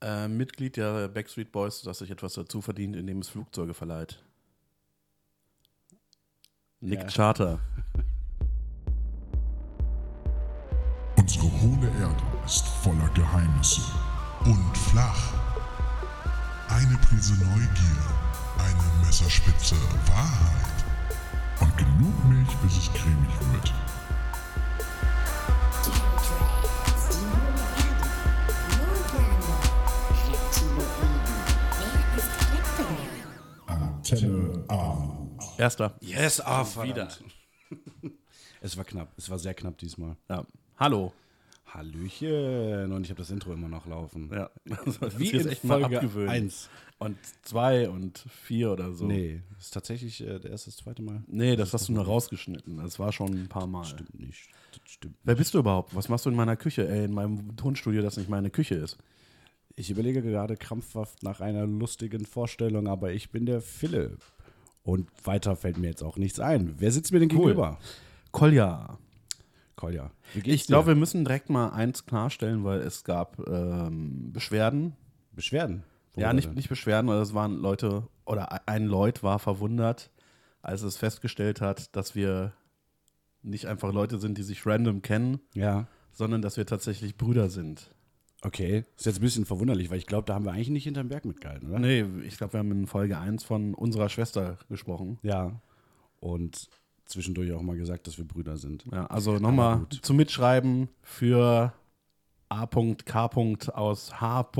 äh, Mitglied der Backstreet Boys, das sich etwas dazu verdient, indem es Flugzeuge verleiht. Nick Ja. Charter. Unsere hohle Erde ist voller Geheimnisse und flach. Eine Prise Neugier, eine Messerspitze Wahrheit und genug Milch, bis es cremig wird. Antenne Armut. Erster. Yes, ah, verdammt. Wieder. Es war knapp. Es war sehr knapp diesmal. Ja. Hallo. Hallöchen. Und ich habe das Intro immer noch laufen. Also, Ja. Wie in Folge eins. Und zwei und vier oder so. Nee, ist tatsächlich äh, der erste, das zweite Mal. Nee, das hast du nur rausgeschnitten. Das war schon ein paar Mal. Stimmt nicht. Das stimmt. Wer bist du überhaupt? Was machst du in meiner Küche? Ey, in meinem Tonstudio, das nicht meine Küche ist. Ich überlege gerade krampfhaft nach einer lustigen Vorstellung, aber ich bin der Philipp. Und weiter fällt mir jetzt auch nichts ein. Wer sitzt mir denn Cool. gegenüber? Kolja. Kolja. Wie geht's Ich glaube, wir müssen direkt mal eins klarstellen, weil es gab ähm, Beschwerden. Beschwerden. ja, Worüber nicht, denn? nicht Beschwerden, aber es waren Leute, oder e- ein Leut war verwundert, als es festgestellt hat, dass wir nicht einfach Leute sind, die sich random kennen, Ja. sondern dass wir tatsächlich Brüder sind. Okay. Ist jetzt ein bisschen verwunderlich, weil ich glaube, da haben wir eigentlich nicht hinterm Berg mitgehalten, oder? Nee, ich glaube, wir haben in Folge 1 von unserer Schwester gesprochen. Ja. Und zwischendurch auch mal gesagt, dass wir Brüder sind. Ja, also Aber nochmal gut. zum Mitschreiben für A.K. aus H.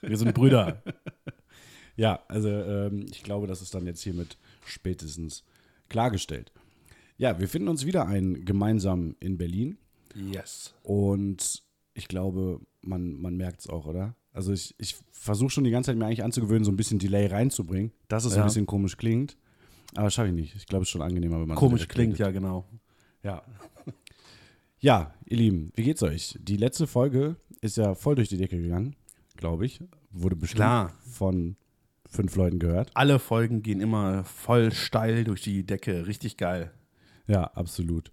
Wir sind Brüder. Ja, also ähm, ich glaube, das ist dann jetzt hiermit spätestens klargestellt. Ja, wir finden uns wieder ein gemeinsam in Berlin yes. und ich glaube, man, man merkt es auch, oder? Also ich, ich versuche schon die ganze Zeit mir eigentlich anzugewöhnen, so ein bisschen Delay reinzubringen, dass es Ja. ein bisschen komisch klingt. Aber schaffe ich nicht. Ich glaube, es ist schon angenehmer, wenn man Komisch direkt klingt, redet. ja, genau. Ja. Ja, ihr Lieben, wie geht's euch? Die letzte Folge ist ja voll durch die Decke gegangen, glaube ich. Wurde bestimmt Klar. von fünf Leuten gehört. Alle Folgen gehen immer voll steil durch die Decke. Richtig geil. Ja, absolut.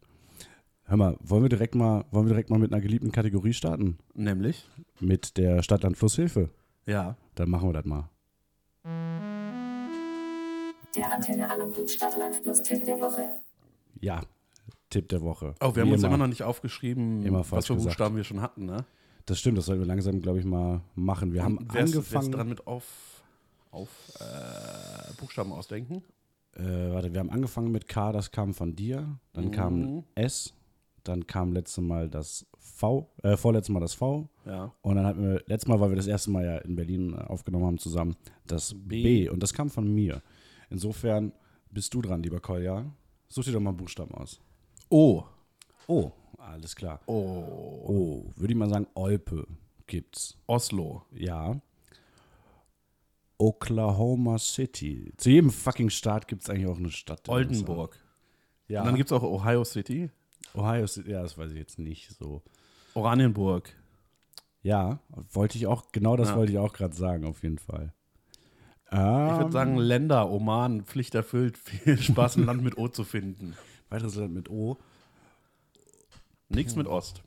Hör mal, wollen wir direkt mal, wollen wir direkt mal mit einer geliebten Kategorie starten? Nämlich? Mit der Stadtland-Flusshilfe. Ja. Dann machen wir das mal. Der Antenne Angebot Stadtland plus Tipp der Woche. Ja, Tipp der Woche. Oh, wir haben Wie uns immer noch nicht aufgeschrieben, Immer was falsch für gesagt. Buchstaben wir schon hatten, ne? Das stimmt, das sollten wir langsam, glaube ich, mal machen. Wir haben wer ist- Wer angefangen. ist dran mit auf, auf äh, Buchstaben ausdenken? äh, warte, wir haben angefangen mit K, das kam von dir. Dann kam Mhm. S. Dann kam letzte Mal das V, äh, vorletztes Mal das V. Ja. Und dann hatten wir, letztes Mal, weil wir das erste Mal ja in Berlin äh, aufgenommen haben zusammen, das B. Und das kam von mir. Insofern bist du dran, lieber Kolja. Such dir doch mal einen Buchstaben aus. O. Oh, alles klar. Oh. Oh, würde ich mal sagen, Olpe gibt's. Oslo. Ja. Oklahoma City. Zu jedem fucking Staat gibt's eigentlich auch eine Stadt. Oldenburg. Ja. Und dann gibt es auch Ohio City. Ohio City. Ja, das weiß ich jetzt nicht so. Oranienburg. Ja, wollte ich auch, genau das Ja. wollte ich auch gerade sagen, auf jeden Fall. Ich Ah, würde sagen, Länder, Oman, Pflicht erfüllt, viel Spaß, ein Land mit O zu finden. weiteres Land mit O. Nichts mit Ost.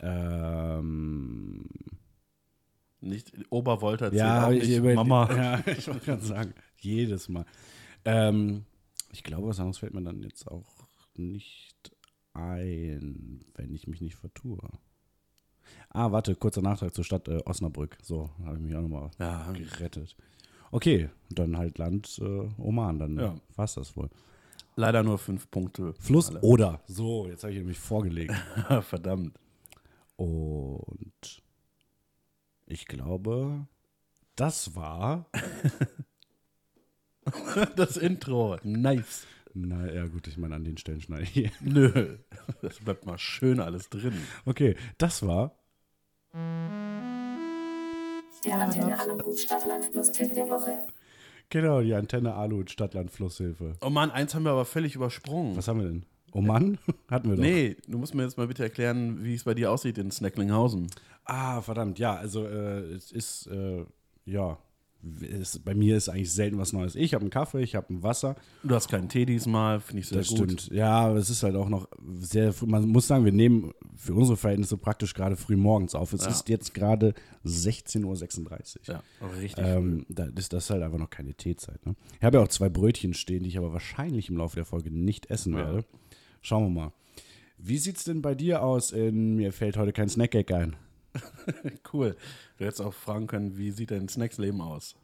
Ähm, Nicht Obervolta zählt ja, auch ich nicht. über- Mama. Ja, ich wollte gerade sagen, jedes Mal. Ähm, ich glaube, was anderes fällt mir dann jetzt auch nicht ein, wenn ich mich nicht vertue. Ah, warte, kurzer Nachtrag zur Stadt äh, Osnabrück. So, habe ich mich auch nochmal Ja. gerettet. Okay, dann halt Land äh, Oman, dann Ja. war's das wohl. Leider nur fünf Punkte. Fluss Alle. oder. So, jetzt habe ich nämlich vorgelegt. Verdammt. Und ich glaube, das war. Das Intro. Nice. Na ja, gut, ich meine, an den Stellen schneide ich. Nö. Das bleibt mal schön alles drin. Okay, das war. Der Antenne Angebot Stadtland plus Tipp der Woche. Genau, die Antenne Alu in Stadtland Flusshilfe. Oh Mann, eins haben wir aber völlig übersprungen. Was haben wir denn? Oh Mann, hatten wir doch. Nee, du musst mir jetzt mal bitte erklären, wie es bei dir aussieht in Snacklinghausen. Ah, verdammt, ja, also äh, es ist, äh, ja, es, bei mir ist eigentlich selten was Neues. Ich habe einen Kaffee, ich habe ein Wasser. Du hast keinen Tee diesmal, finde ich sehr das gut. stimmt. Ja, aber es ist halt auch noch sehr früh. Man muss sagen, wir nehmen für unsere Verhältnisse praktisch gerade früh morgens auf. Es Ja. ist jetzt gerade 16.36 Uhr. Ja, richtig. Ähm, da ist das halt einfach noch keine Teezeit. Ne? Ich habe ja auch zwei Brötchen stehen, die ich aber wahrscheinlich im Laufe der Folge nicht essen Ja. werde. Schauen wir mal. Wie sieht's denn bei dir aus? In, mir fällt heute kein Snack-Gag ein. cool. Du hättest auch fragen können, wie sieht dein Snacksleben aus?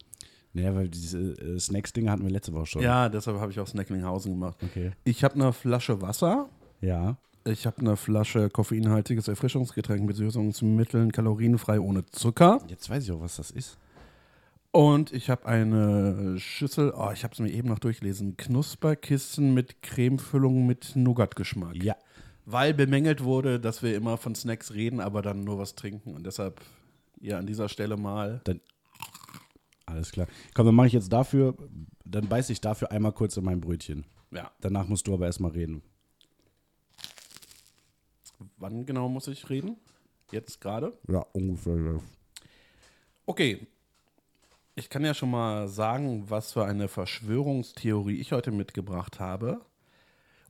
Naja, weil diese äh, Snacks-Dinge hatten wir letzte Woche schon. Ja, deshalb habe ich auch Snacklinghausen gemacht. Okay. Ich habe eine Flasche Wasser. Ja. Ich habe eine Flasche koffeinhaltiges Erfrischungsgetränk mit Süßungsmitteln, kalorienfrei ohne Zucker. Jetzt weiß ich auch, was das ist. Und ich habe eine Schüssel, oh, ich habe es mir eben noch durchgelesen, Knusperkissen mit Cremefüllung mit Nougat-Geschmack. Ja. Weil bemängelt wurde, dass wir immer von Snacks reden, aber dann nur was trinken. Und deshalb ja an dieser Stelle mal. Alles klar. Komm, dann mache ich jetzt dafür, dann beiße ich dafür einmal kurz in mein Brötchen. Ja. Danach musst du aber erstmal reden. Wann genau muss ich reden? Jetzt gerade? Ja, ungefähr. Okay. Ich kann ja schon mal sagen, was für eine Verschwörungstheorie ich heute mitgebracht habe.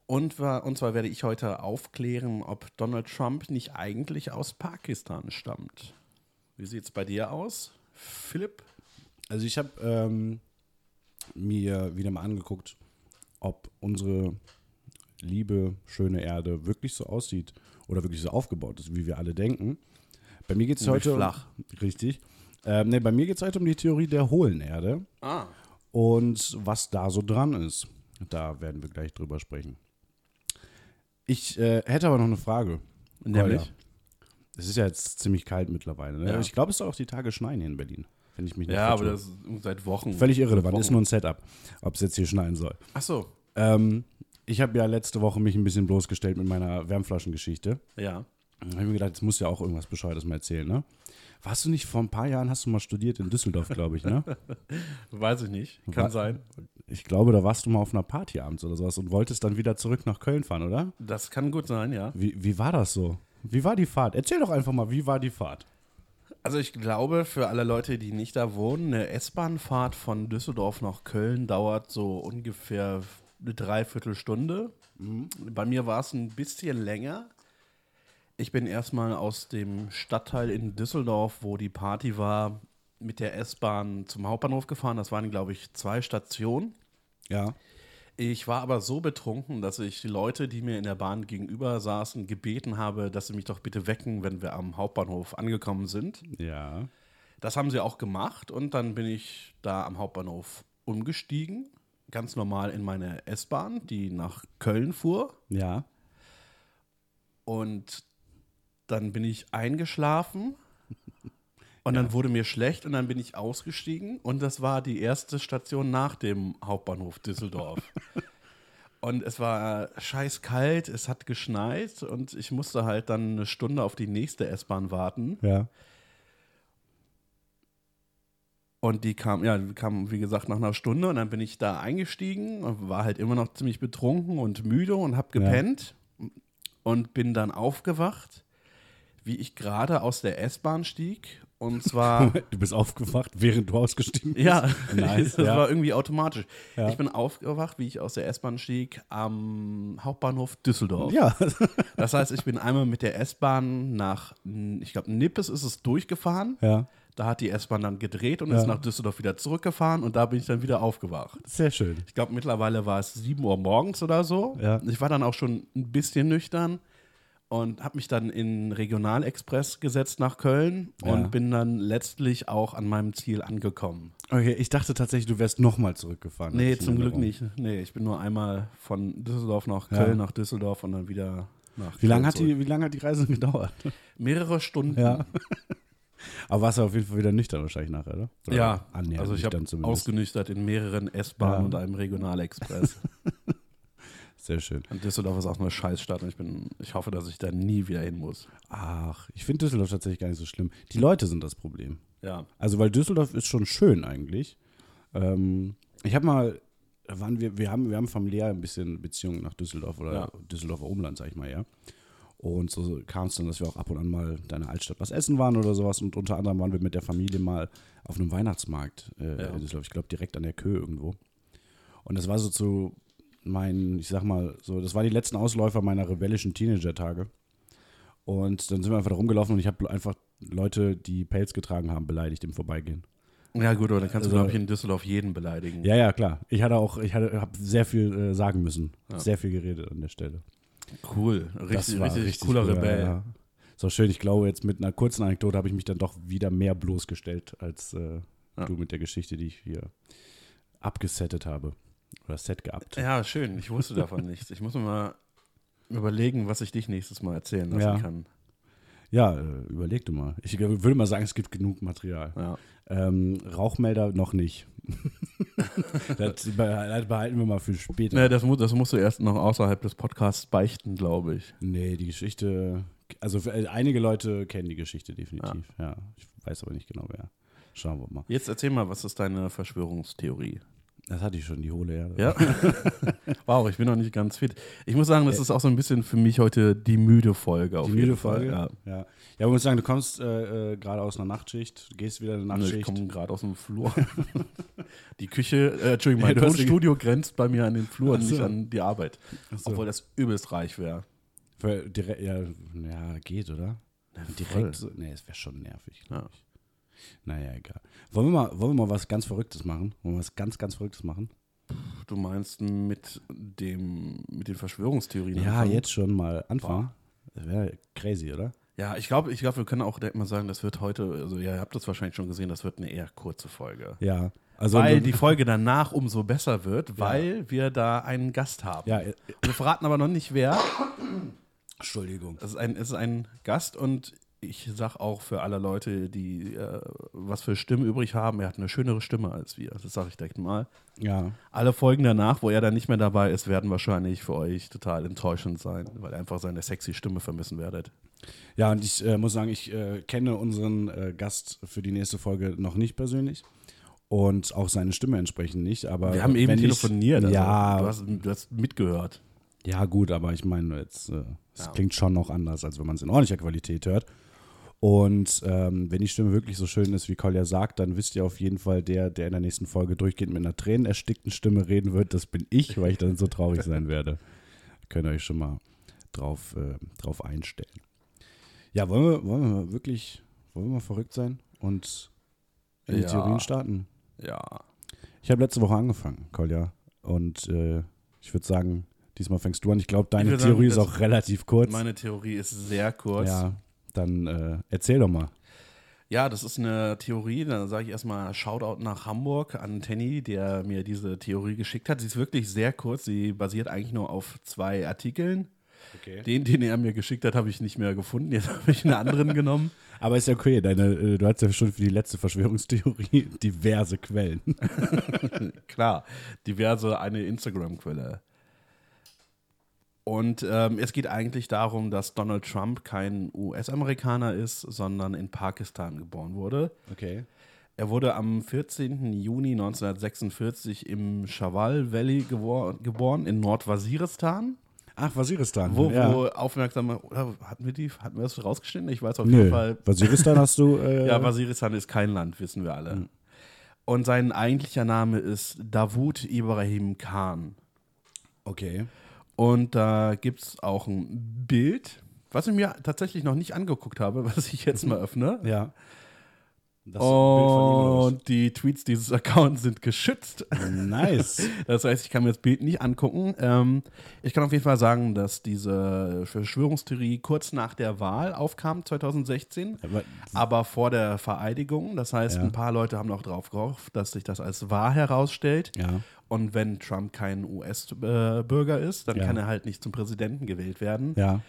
Und, wa- und zwar werde ich heute aufklären, ob Donald Trump nicht eigentlich aus Pakistan stammt. Wie sieht es bei dir aus, Philipp? Also ich habe ähm, mir wieder mal angeguckt, ob unsere liebe, schöne Erde wirklich so aussieht oder wirklich so aufgebaut ist, wie wir alle denken. Bei mir geht es Nämlich heute. um- flach. Richtig. Ähm, nee, bei mir geht es heute um die Theorie der hohlen Erde Ah, und was da so dran ist. Da werden wir gleich drüber sprechen. Ich äh, hätte aber noch eine Frage. nämlich? Kolja. Es ist ja jetzt ziemlich kalt mittlerweile. Ne? Ja. Ich glaube, es soll auch die Tage schneien hier in Berlin, wenn ich mich nicht Ja, aber vertue. das ist seit Wochen. Völlig irrelevant, Wochen. ist nur ein Setup, ob es jetzt hier schneien soll. Ach so, Ähm, ich habe ja letzte Woche mich ein bisschen bloßgestellt mit meiner Wärmflaschengeschichte. ja. Dann habe ich mir gedacht, jetzt muss ja auch irgendwas Bescheuertes mal erzählen, ne? Warst du nicht vor ein paar Jahren, hast du mal studiert in Düsseldorf, glaube ich, ne? Weiß ich nicht. Kann Wa- sein. Ich glaube, da warst du mal auf einer Party abends oder sowas und wolltest dann wieder zurück nach Köln fahren, oder? Das kann gut sein, ja. Wie, wie war das so? Wie war die Fahrt? Erzähl doch einfach mal, wie war die Fahrt? Also ich glaube, für alle Leute, die nicht da wohnen, eine S-Bahn-Fahrt von Düsseldorf nach Köln dauert so ungefähr eine Dreiviertelstunde. Bei mir war es ein bisschen länger. Ich bin erstmal aus dem Stadtteil in Düsseldorf, wo die Party war, mit der S-Bahn zum Hauptbahnhof gefahren. Das waren, glaube ich, zwei Stationen. Ja. Ich war aber so betrunken, dass ich die Leute, die mir in der Bahn gegenüber saßen, gebeten habe, dass sie mich doch bitte wecken, wenn wir am Hauptbahnhof angekommen sind. Ja. Das haben sie auch gemacht und dann bin ich da am Hauptbahnhof umgestiegen, ganz normal in meine S-Bahn, die nach Köln fuhr. Ja. Und dann bin ich eingeschlafen und dann wurde mir schlecht und dann bin ich ausgestiegen und das war die erste Station nach dem Hauptbahnhof Düsseldorf. und es war scheiß kalt, es hat geschneit und ich musste halt dann eine Stunde auf die nächste S-Bahn warten. Ja. Und die kam, ja, kam, wie gesagt, nach einer Stunde und dann bin ich da eingestiegen und war halt immer noch ziemlich betrunken und müde und hab gepennt und bin dann aufgewacht, wie ich gerade aus der S-Bahn stieg. Und zwar, Du bist aufgewacht, während du ausgestiegen bist. Ah. ja, Nice, das ja. war irgendwie automatisch. Ja. Ich bin aufgewacht, wie ich aus der S-Bahn stieg am Hauptbahnhof Düsseldorf. Ja. Das heißt, ich bin einmal mit der S-Bahn nach, ich glaube, Nippes ist es durchgefahren. Ja. Da hat die S-Bahn dann gedreht und Ja. ist nach Düsseldorf wieder zurückgefahren und da bin ich dann wieder aufgewacht. Sehr schön. Ich glaube, mittlerweile war es 7 Uhr morgens oder so. Ja. Ich war dann auch schon ein bisschen nüchtern und habe mich dann in Regionalexpress gesetzt nach Köln Ja. und bin dann letztlich auch an meinem Ziel angekommen. Okay, ich dachte tatsächlich, du wärst nochmal zurückgefahren. Hab Nee, ich in zum Glück Erinnerung. nicht. Nee, ich bin nur einmal von Düsseldorf nach Ja. Köln, nach Düsseldorf und dann wieder nach Wie Köln lange hat zurück. die, wie lange hat die Reise gedauert? Mehrere Stunden. Ja. Aber warst du auf jeden Fall wieder nüchtern wahrscheinlich nachher, oder? oder Ja, annähernd also ich habe nüchtern zumindest. ausgenüchtert in mehreren S-Bahnen Ja. und einem Regionalexpress. Sehr schön. und Düsseldorf ist auch eine Scheißstadt und ich bin, ich hoffe, dass ich da nie wieder hin muss. Ach, ich finde Düsseldorf tatsächlich gar nicht so schlimm. Die Leute sind das Problem. Ja. Also, weil Düsseldorf ist schon schön eigentlich. Ähm, ich habe mal, da waren wir, wir haben, wir haben familiär ein bisschen Beziehungen nach Düsseldorf oder Ja. Düsseldorfer Umland, sag ich mal, ja. Und so kam es dann, dass wir auch ab und an mal in deiner Altstadt was essen waren oder sowas. Und unter anderem waren wir mit der Familie mal auf einem Weihnachtsmarkt äh, in Düsseldorf. Ich glaube, direkt an der Köhe irgendwo. Und das war so zu meinen, ich sag mal, so, das war die letzten Ausläufer meiner rebellischen Teenager-Tage. Und dann sind wir einfach da rumgelaufen und ich habe einfach Leute, die Pelz getragen haben, beleidigt im Vorbeigehen. Ja, gut, aber dann kannst du, Also- glaube ich, in Düsseldorf jeden beleidigen. Ja, ja, klar. Ich hatte auch, ich hatte, habe sehr viel äh, sagen müssen. Sehr viel geredet an der Stelle. Cool. Richtig, richtig, cooler cool, Rebell. Ja, ja. So schön, ich glaube, jetzt mit einer kurzen Anekdote habe ich mich dann doch wieder mehr bloßgestellt, als äh, du mit der Geschichte, die ich hier abgesettet habe. Oder set geabt. Ja, schön. Ich wusste davon nichts. Ich muss mir mal überlegen, was ich dich nächstes Mal erzählen lassen Ja. kann. Ja, äh, überleg du mal. Ich glaub, würde mal sagen, es gibt genug Material. Ja. Ähm, Rauchmelder noch nicht. das beh- das behalten wir mal für später. Ne, das, mu das musst du erst noch außerhalb des Podcasts beichten, glaube ich. Nee, die Geschichte. Also für, äh, einige Leute kennen die Geschichte definitiv. Ja. ich weiß aber nicht genau wer. Schauen wir mal. Jetzt erzähl mal, was ist deine Verschwörungstheorie? Das hatte ich schon, die hohle Erde. Ja? wow, ich bin noch nicht ganz fit. Ich muss sagen, das ist auch so ein bisschen für mich heute die müde Folge. auf Äh. Die jeden müde Fall, Folge. Ja. Ja. ja. Ja, ich muss sagen, du kommst äh, äh, gerade aus einer Nachtschicht, du gehst wieder in eine Ne, Ich Nachtschicht. komme gerade aus dem Flur. die Küche, äh, Entschuldigung, mein Ja, du hast die- Tonstudio grenzt bei mir an den Flur und Ach so. nicht an die Arbeit. so. Obwohl das übelst reich wäre. Für, direkt, ja, ja, geht, oder? voll. direkt so. Nee, es wäre schon nervig. glaub Ja. ich. Naja, egal. Wollen wir, mal, wollen wir mal was ganz Verrücktes machen? Wollen wir was ganz, ganz Verrücktes machen? Du meinst mit dem mit den Verschwörungstheorien? Ja, anfangen? jetzt schon mal anfangen. Das wäre crazy, oder? Ja, ich glaube, ich glaub, wir können auch direkt mal sagen, das wird heute, also ja, ihr habt das wahrscheinlich schon gesehen, das wird eine eher kurze Folge. Ja. Also, weil die Folge danach umso besser wird, weil wir da einen Gast haben. ja, äh, Wir verraten aber noch nicht wer. Entschuldigung. Es ist ein, es ist ein Gast und ich sag auch für alle Leute, die äh, was für Stimmen übrig haben, er hat eine schönere Stimme als wir. Das sage ich direkt mal. Ja. Alle Folgen danach, wo er dann nicht mehr dabei ist, werden wahrscheinlich für euch total enttäuschend sein, weil ihr einfach seine sexy Stimme vermissen werdet. Ja, und ich äh, muss sagen, ich äh, kenne unseren äh, Gast für die nächste Folge noch nicht persönlich. Und auch seine Stimme entsprechend nicht. Aber Wir haben eben Äh, wenn ich- telefoniert. also ja, Du hast, du hast mitgehört. ja, gut, aber ich meine, jetzt, äh, es klingt schon noch anders, als wenn man es in ordentlicher Qualität hört. Und ähm, wenn die Stimme wirklich so schön ist, wie Kolja sagt, dann wisst ihr auf jeden Fall, der, der in der nächsten Folge durchgehend mit einer tränenerstickten Stimme reden wird, das bin ich, weil ich dann so traurig sein werde. Könnt ihr euch schon mal drauf, äh, drauf einstellen. Ja, wollen wir, wollen wir mal wirklich, wollen wir mal verrückt sein und in die Ja. Theorien starten? Ja. Ich habe letzte Woche angefangen, Kolja. Und äh, ich würde sagen, diesmal fängst du an. Ich glaube, deine würd sagen, Theorie ist das- auch relativ kurz. Meine Theorie ist sehr kurz. Ja, ja, dann äh, erzähl doch mal. das ist eine Theorie. Dann sage ich erstmal Shoutout nach Hamburg an Tenny, der mir diese Theorie geschickt hat. Sie ist wirklich sehr kurz. Sie basiert eigentlich nur auf zwei Artikeln. Den, den er mir geschickt hat, habe ich nicht mehr gefunden. Jetzt habe ich einen anderen genommen. Aber ist ja okay, deine, äh, du hast ja schon für die letzte Verschwörungstheorie diverse Quellen. Klar, diverse eine Instagram-Quelle. Und ähm, es geht eigentlich darum, dass Donald Trump kein US-Amerikaner ist, sondern in Pakistan geboren wurde. Okay. Er wurde am 14. Juni 1946 im Shawal Valley gewor- geboren, in Nordwaziristan. Ach, Waziristan. Wo, ja. wo aufmerksame, oder hatten wir die, hatten wir das rausgeschnitten? Ich weiß auf jeden Nö, Fall. Waziristan hast du. Äh, Hm. Ja, Waziristan ist kein Land, wissen wir alle. Und sein eigentlicher Name ist Davut Ibrahim Khan. okay. Und da gibt es auch ein Bild, was ich mir tatsächlich noch nicht angeguckt habe, was ich jetzt mal öffne. Ja. Das Und die Tweets dieses Accounts sind geschützt. ihm Nice. Das heißt, ich kann mir das Bild nicht angucken. Ähm, ich kann auf jeden Fall sagen, dass diese Verschwörungstheorie kurz nach der Wahl aufkam, 2016, Aber- aber vor der Vereidigung. Das heißt, Ja. ein paar Leute haben noch drauf gehofft, dass sich das als wahr herausstellt. Ja. Und wenn Trump kein US-Bürger ist, dann Ja. kann er halt nicht zum Präsidenten gewählt werden. Ja.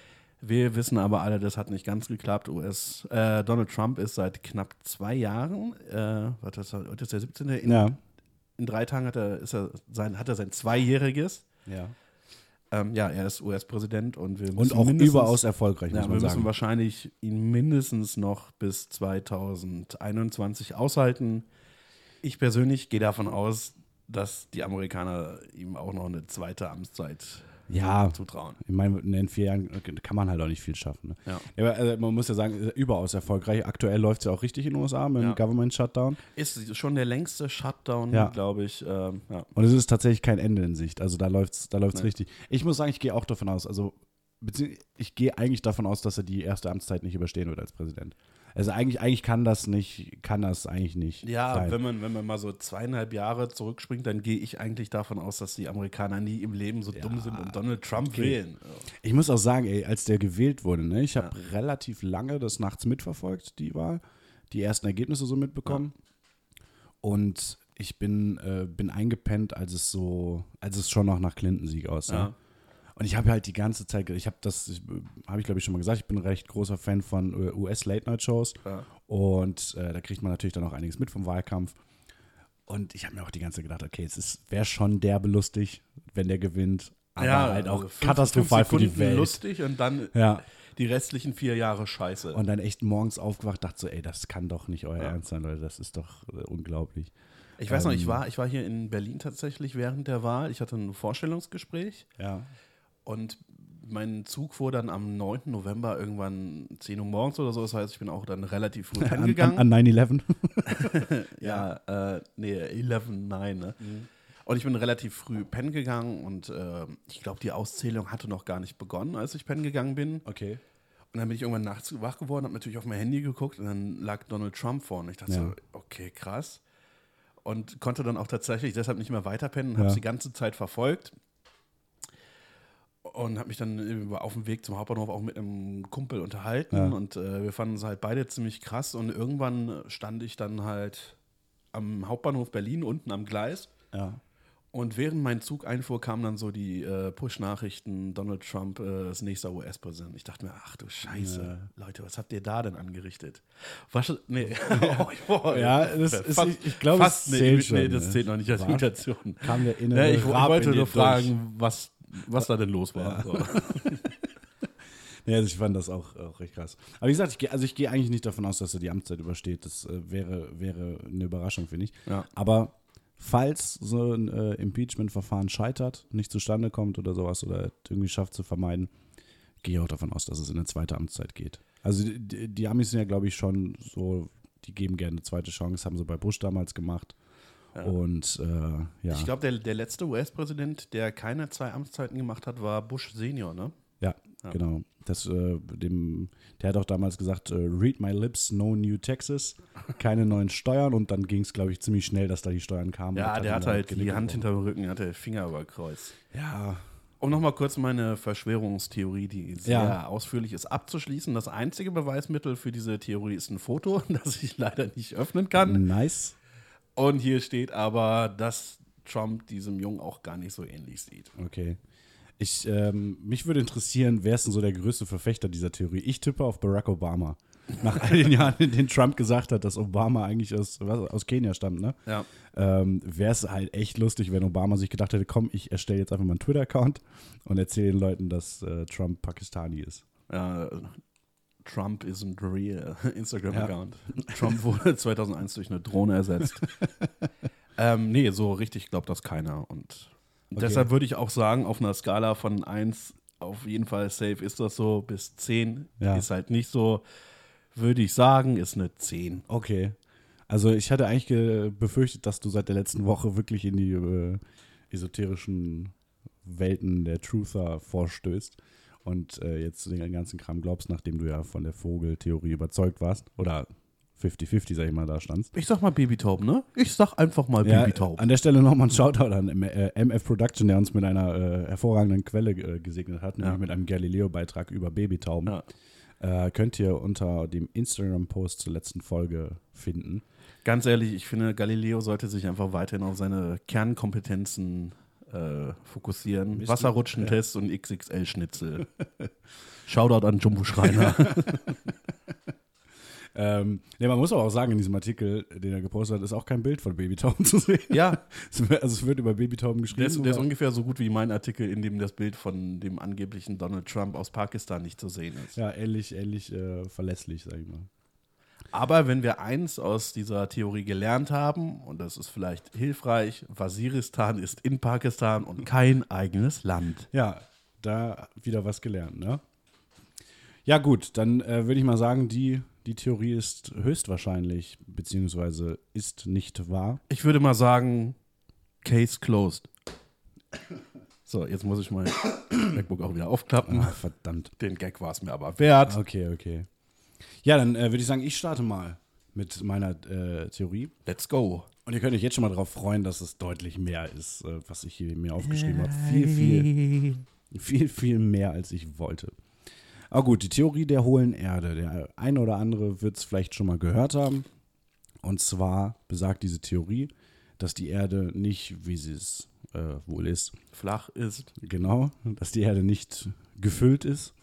Wir wissen aber alle, das hat nicht ganz geklappt. US, äh, Donald Trump ist seit knapp zwei Jahren, äh, was ist das, heute ist der 17. In, Ja. in drei Tagen hat er, ist er sein, hat er sein Zweijähriges. ja. Ähm, ja, er ist US-Präsident und wir Und müssen auch mindestens- überaus erfolgreich, muss Ja, wir man müssen sagen. wahrscheinlich ihn mindestens noch bis 2021 aushalten. Ich persönlich gehe davon aus, dass die Amerikaner ihm auch noch eine zweite Amtszeit Ja, zutrauen. ich meine, in den vier Jahren kann man halt auch nicht viel schaffen. Ne? Ja. Aber äh, man muss ja sagen, ist überaus erfolgreich. Aktuell läuft es ja auch richtig in den USA mit dem Ja. Government Shutdown. Ist schon der längste Shutdown, Ja. glaube ich. Ähm, ja. Und es ist tatsächlich kein Ende in Sicht. Also da läuft es da läuft's Nee. richtig. Ich muss sagen, ich gehe auch davon aus, also bezieh- ich gehe eigentlich davon aus, dass er die erste Amtszeit nicht überstehen wird als Präsident. Also eigentlich, eigentlich kann das nicht, kann das eigentlich nicht. Ja, sein. wenn man, wenn man mal so zweieinhalb Jahre zurückspringt, dann gehe ich eigentlich davon aus, dass die Amerikaner nie im Leben so dumm sind und Donald Trump wählen. Ich muss auch sagen, ey, als der gewählt wurde, ne, ich habe relativ lange das nachts mitverfolgt, die Wahl, die ersten Ergebnisse so mitbekommen. Und ich bin, äh, bin eingepennt, als es so, als es schon noch nach Clinton-Sieg aussah. Ja. Und ich habe halt die ganze Zeit, ich habe das, habe ich glaube ich schon mal gesagt, ich bin ein recht großer Fan von äh, US-Late-Night-Shows. Ja. Und äh, da kriegt man natürlich dann auch einiges mit vom Wahlkampf. Und ich habe mir auch die ganze Zeit gedacht, okay, es wäre schon der belustig, wenn der gewinnt. Aber halt auch also fünf- katastrophal fünf für die Sekunden Welt. lustig und dann Ja. die restlichen vier Jahre scheiße. Und dann echt morgens aufgewacht, dachte so, ey, das kann doch nicht euer Ernst sein, Leute, das ist doch äh, unglaublich. ich weiß ähm, noch, ich war, ich war hier in Berlin tatsächlich während der Wahl. Ich hatte ein Vorstellungsgespräch Ja. und mein Zug fuhr dann am 9. November irgendwann 10 Uhr morgens oder so. Das heißt, ich bin auch dann relativ früh An, angegangen. an, an 9-11. Ja, äh, nee, 11, nein, ne? Mhm. Und ich bin relativ früh pennen gegangen und äh, ich glaube, die Auszählung hatte noch gar nicht begonnen, als ich pennen gegangen bin. Okay. Und dann bin ich irgendwann nachts wach geworden, habe natürlich auf mein Handy geguckt und dann lag Donald Trump vorne. Ich dachte Ja. so, okay, krass. Und konnte dann auch tatsächlich deshalb nicht mehr weiterpennen und habe Ja. es die ganze Zeit verfolgt. Und habe mich dann über- auf dem Weg zum Hauptbahnhof auch mit einem Kumpel unterhalten. Ja. Und äh, wir fanden es halt beide ziemlich krass. Und irgendwann stand ich dann halt am Hauptbahnhof Berlin unten am Gleis. Ja. Und während mein Zug einfuhr, kamen dann so die äh, Push-Nachrichten, Donald Trump äh, ist nächster US-Präsident. Ich dachte mir, ach du Scheiße, Leute, was habt ihr da denn angerichtet? Was, nee. oh, ich, boah, Ja, das ist- ich- ich glaube, fast, es nee, zählt nee, schon, das ne? zählt noch nicht als War- Mutation. kam der innere nee, ich, ich Rab wollte in dir nur fragen, was, was da denn los war. So. Ja, also ich fand das auch, auch recht krass. Aber wie gesagt, ich gehe also ich gehe eigentlich nicht davon aus, dass er die Amtszeit übersteht. Das äh, wäre, wäre eine Überraschung, finde ich. Ja. Aber falls so ein äh, Impeachment-Verfahren scheitert, nicht zustande kommt oder sowas oder irgendwie schafft zu vermeiden, gehe ich auch davon aus, dass es in eine zweite Amtszeit geht. Also die- die, die Amis sind ja, glaube ich, schon so, die geben gerne eine zweite Chance, haben sie bei Bush damals gemacht. Und äh, ja. Ich glaube, der, der letzte US-Präsident, der keine zwei Amtszeiten gemacht hat, war Bush Senior, ne? Ja, genau. Das, äh, dem, der hat auch damals gesagt, äh, read my lips, no new taxes, keine neuen Steuern und dann ging es, glaube ich, ziemlich schnell, dass da die Steuern kamen. Ja, Das der ihn hatte dann halt die gelitten. Hand hinterm Rücken, hatte Finger über Kreuz. Ja, Um nochmal kurz meine Verschwörungstheorie, die sehr Ja. ausführlich ist, abzuschließen. Das einzige Beweismittel für diese Theorie ist ein Foto, das ich leider nicht öffnen Mhm. kann. nice. Und hier steht aber, dass Trump diesem Jungen auch gar nicht so ähnlich sieht. Okay. Ich, ähm, mich würde interessieren, wer ist denn so der größte Verfechter dieser Theorie? Ich tippe auf Barack Obama. Nach all den Jahren, in denen Trump gesagt hat, dass Obama eigentlich aus, was, aus Kenia stammt, ne? Ja. ähm, wäre es halt echt lustig, wenn Obama sich gedacht hätte, komm, ich erstelle jetzt einfach mal einen Twitter-Account und erzähle den Leuten, dass äh, Trump Pakistani ist. Äh, Trump isn't real. Instagram-Account. Trump wurde 2001 durch eine Drohne ersetzt. ähm, nee, so richtig glaubt das keiner. Und deshalb würde ich auch sagen, auf einer Skala von 1 auf jeden Fall safe ist das so, bis 10 Ja. ist halt nicht so, würde ich sagen, ist eine 10. Okay. Also ich hatte eigentlich ge- befürchtet, dass du seit der letzten Woche wirklich in die äh, esoterischen Welten der Truther vorstößt und äh, jetzt den ganzen Kram glaubst, nachdem du ja von der Vogeltheorie überzeugt warst oder 50-50, sag ich mal, da standst. Ich sag mal Babytaub, ne? Ich sag einfach mal Ja, Babytaub. An der Stelle nochmal ein Shoutout an M- äh, MF Production, der uns mit einer äh, hervorragenden Quelle äh, gesegnet hat, nämlich Ja. mit einem Galileo-Beitrag über Babytauben. Ja. Äh, könnt ihr unter dem Instagram-Post zur letzten Folge finden. Ganz ehrlich, ich finde, Galileo sollte sich einfach weiterhin auf seine Kernkompetenzen äh, fokussieren. Wasserrutschentests und XXL-Schnitzel. Shoutout an Jumbo Schreiner. Ähm, ja, man muss aber auch sagen, in diesem Artikel, den er gepostet hat, ist auch kein Bild von Babytauben zu sehen. ja, Es wird- Also es wird über Babytauben geschrieben. der ist, der ist aber- ungefähr so gut wie mein Artikel, in dem das Bild von dem angeblichen Donald Trump aus Pakistan nicht zu sehen ist. ja, ähnlich, ähnlich äh, verlässlich, sag ich mal. Aber wenn wir eins aus dieser Theorie gelernt haben, und das ist vielleicht hilfreich, Waziristan ist in Pakistan und kein eigenes Land. Ja, da wieder was gelernt, ne? Ja, gut, dann äh, würde ich mal sagen, die, die Theorie ist höchstwahrscheinlich, beziehungsweise ist nicht wahr. Ich würde mal sagen, Case closed. So, jetzt muss ich mein MacBook auch wieder aufklappen. Ah, verdammt. Den Gag war es mir aber wert. Okay, okay. Ja, dann äh, würde ich sagen, ich starte mal mit meiner äh, Theorie. Let's go. Und ihr könnt euch jetzt schon mal darauf freuen, dass es deutlich mehr ist, äh, was ich hier mir aufgeschrieben habe. Viel, viel, viel, viel mehr, als ich wollte. Aber gut, die Theorie der hohlen Erde. Der ein oder andere wird es vielleicht schon mal gehört haben. Und zwar besagt diese Theorie, dass die Erde nicht, wie sie es äh, wohl ist, Flach ist. genau, dass die Erde nicht gefüllt ist,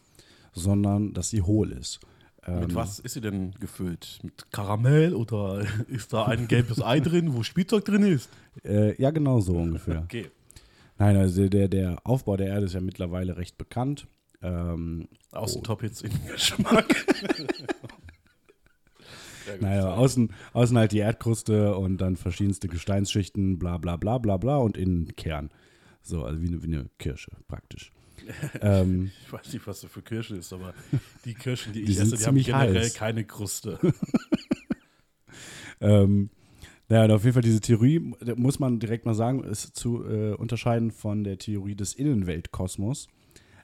sondern dass sie hohl ist. Ähm, Mit was ist sie denn gefüllt? Mit Karamell oder ist da ein gelbes Ei drin, wo Spielzeug drin ist? Äh, ja, genau so ungefähr. Okay. Nein, also der, der Aufbau der Erde ist ja mittlerweile recht bekannt. Ähm, Außentop jetzt in Geschmack. naja, außen, außen halt die Erdkruste und dann verschiedenste Gesteinsschichten, bla bla bla bla bla und innen Kern. So, also wie eine, wie eine Kirsche praktisch. ähm, Ich weiß nicht, was das für Kirsche ist, aber die Kirschen, die, Die ich sind esse, die haben ziemlich generell heiß. keine Kruste. ähm, naja, und auf jeden Fall diese Theorie, da muss man direkt mal sagen, ist zu äh, unterscheiden von der Theorie des Innenweltkosmos,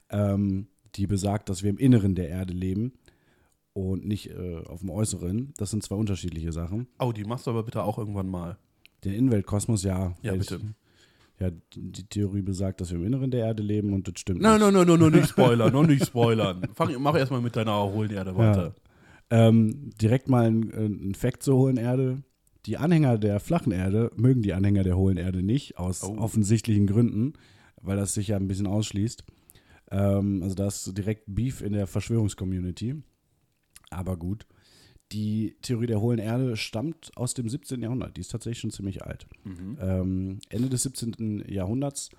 ähm, die besagt, dass wir im Inneren der Erde leben und nicht äh, auf dem Äußeren. Das sind zwei unterschiedliche Sachen. Oh, die machst du aber bitte auch irgendwann mal. Den Innenweltkosmos, ja. Ja, Ich- bitte. Ja, die Theorie besagt, dass wir im Inneren der Erde leben und das stimmt. Nein, nicht. nein, nein, nein, nein, nicht spoilern, noch nicht spoilern. Fang, mach erstmal mit deiner hohlen Erde weiter. Ähm, direkt mal ein, ein Fact zur hohlen Erde. Die Anhänger der flachen Erde mögen die Anhänger der hohlen Erde nicht, aus Oh. offensichtlichen Gründen, weil das sich ja ein bisschen ausschließt. Ähm, also da ist direkt Beef in der Verschwörungscommunity. Aber gut. Die Theorie der hohlen Erde stammt aus dem 17. Jahrhundert. Die ist tatsächlich schon ziemlich alt. Ähm, Ende des 17. Jahrhunderts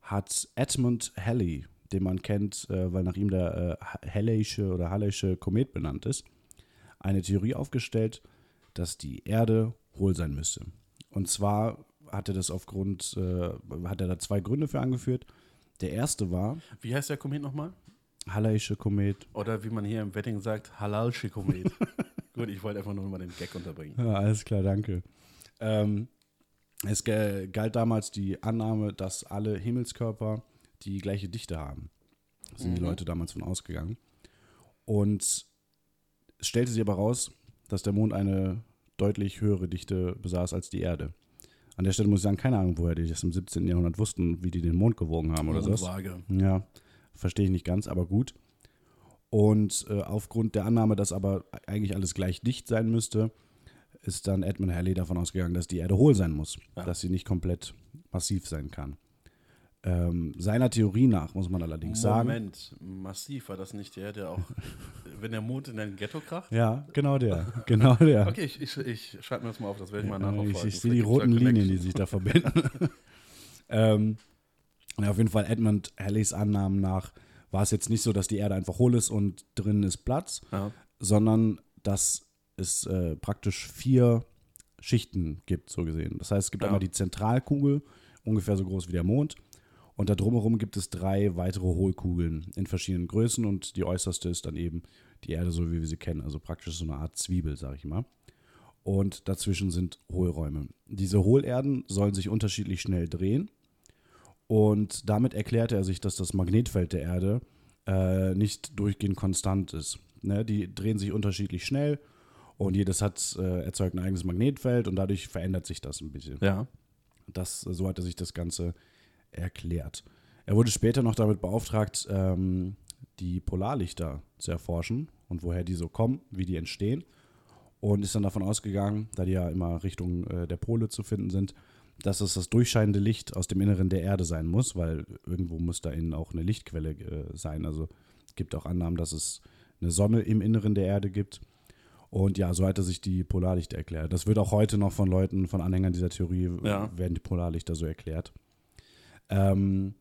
hat Edmund Halley, den man kennt, äh, weil nach ihm der äh, Halley'sche oder Halley'sche Komet benannt ist, eine Theorie aufgestellt, dass die Erde hohl sein müsste. Und zwar hat er das aufgrund, äh, hat er da zwei Gründe für angeführt. Der erste war Wie heißt der Komet nochmal? Halley'sche Komet. Oder wie man hier im Wedding sagt, Halalsche Komet. Gut, ich wollte einfach nur mal den Gag unterbringen. Ja, alles klar, danke. Ähm, es ge- galt damals die Annahme, dass alle Himmelskörper die gleiche Dichte haben. Da sind die Leute damals von ausgegangen. Und es stellte sich aber raus, dass der Mond eine deutlich höhere Dichte besaß als die Erde. An der Stelle muss ich sagen, keine Ahnung, woher die das im 17. Jahrhundert wussten, wie die den Mond gewogen haben oder so. Unsage. Ja, verstehe ich nicht ganz, aber gut. Und äh, aufgrund der Annahme, dass aber eigentlich alles gleich dicht sein müsste, ist dann Edmund Halley davon ausgegangen, dass die Erde hohl sein muss, Ja. dass sie nicht komplett massiv sein kann. Ähm, seiner Theorie nach muss man allerdings sagen. Moment, massiv war das nicht der, der auch, wenn der Mond in dein Ghetto kracht? Ja, genau der. Genau der. Okay, ich, ich, ich schreibe mir das mal auf, das werde ich mal Ja, nachverfolgen. Ich, ich sehe die roten Linien, die sich da verbinden. ähm, na, auf jeden Fall Edmund Halleys Annahmen nach war es jetzt nicht so, dass die Erde einfach hohl ist und drinnen ist Platz, Ja. sondern dass es äh, praktisch vier Schichten gibt, so gesehen. Das heißt, es gibt Ja. einmal die Zentralkugel, ungefähr so groß wie der Mond. Und da drumherum gibt es drei weitere Hohlkugeln in verschiedenen Größen und die äußerste ist dann eben die Erde, so wie wir sie kennen. Also praktisch so eine Art Zwiebel, sag ich mal und dazwischen sind Hohlräume. Diese Hohlerden sollen sich unterschiedlich schnell drehen und damit erklärte er sich, dass das Magnetfeld der Erde äh, nicht durchgehend konstant ist. Ne? Die drehen sich unterschiedlich schnell und jedes hat äh, erzeugt ein eigenes Magnetfeld und dadurch verändert sich das ein bisschen. Ja. Das, so hat er sich das Ganze erklärt. Er wurde später noch damit beauftragt, ähm, die Polarlichter zu erforschen und woher die so kommen, wie die entstehen. Und ist dann davon ausgegangen, da die ja immer Richtung äh, der Pole zu finden sind, dass es das durchscheinende Licht aus dem Inneren der Erde sein muss, weil irgendwo muss da innen auch eine Lichtquelle äh, sein. Also es gibt auch Annahmen, dass es eine Sonne im Inneren der Erde gibt. Und ja, so hat er sich die Polarlichter erklärt. Das wird auch heute noch von Leuten, von Anhängern dieser Theorie, Ja. werden die Polarlichter so erklärt. Ähm,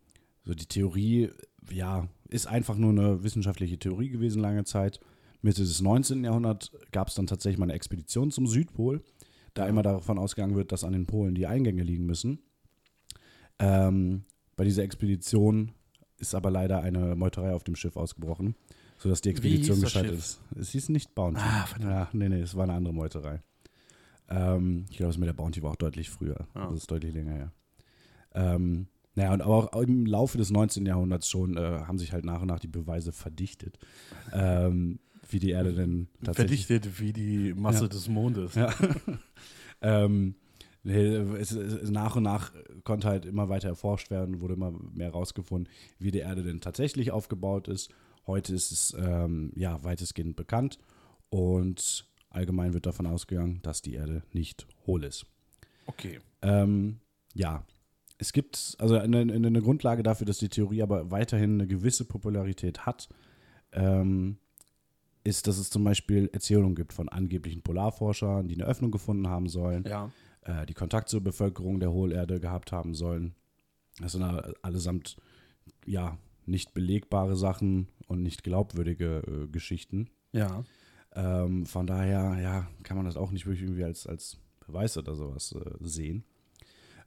so die Theorie, ja, ist einfach nur eine wissenschaftliche Theorie gewesen lange Zeit. Mitte des 19. Jahrhunderts gab es dann tatsächlich mal eine Expedition zum Südpol, da immer davon ausgegangen wird, dass an den Polen die Eingänge liegen müssen. Ähm, bei dieser Expedition ist aber leider eine Meuterei auf dem Schiff ausgebrochen, sodass die hieß Expedition das gescheitert Schiff? ist. Es hieß nicht Bounty. Ah, verdammt. ja, nee, nee, es war eine andere Meuterei. Ähm, ich glaube, das mit der Bounty war auch deutlich früher. Ah. Das ist deutlich länger her. Ähm, naja, und aber auch im Laufe des 19. Jahrhunderts schon äh, haben sich halt nach und nach die Beweise verdichtet, ähm, wie die Erde denn tatsächlich Verdichtet wie die Masse Ja. des Mondes. ja. ähm, nee, es, es, nach und nach konnte halt immer weiter erforscht werden, wurde immer mehr rausgefunden, wie die Erde denn tatsächlich aufgebaut ist. Heute ist es ähm, ja weitestgehend bekannt und allgemein wird davon ausgegangen, dass die Erde nicht hohl ist. Okay. Ähm, ja, es gibt also eine, eine eine Grundlage dafür, dass die Theorie aber weiterhin eine gewisse Popularität hat, ähm, ist, dass es zum Beispiel Erzählungen gibt von angeblichen Polarforschern, die eine Öffnung gefunden haben sollen, Ja. äh, die Kontakt zur Bevölkerung der Hohlerde gehabt haben sollen. Das sind alle- allesamt ja nicht belegbare Sachen und nicht glaubwürdige äh, Geschichten. Ja. Ähm, von daher, ja, kann man das auch nicht wirklich irgendwie als, als Beweis oder sowas äh, sehen.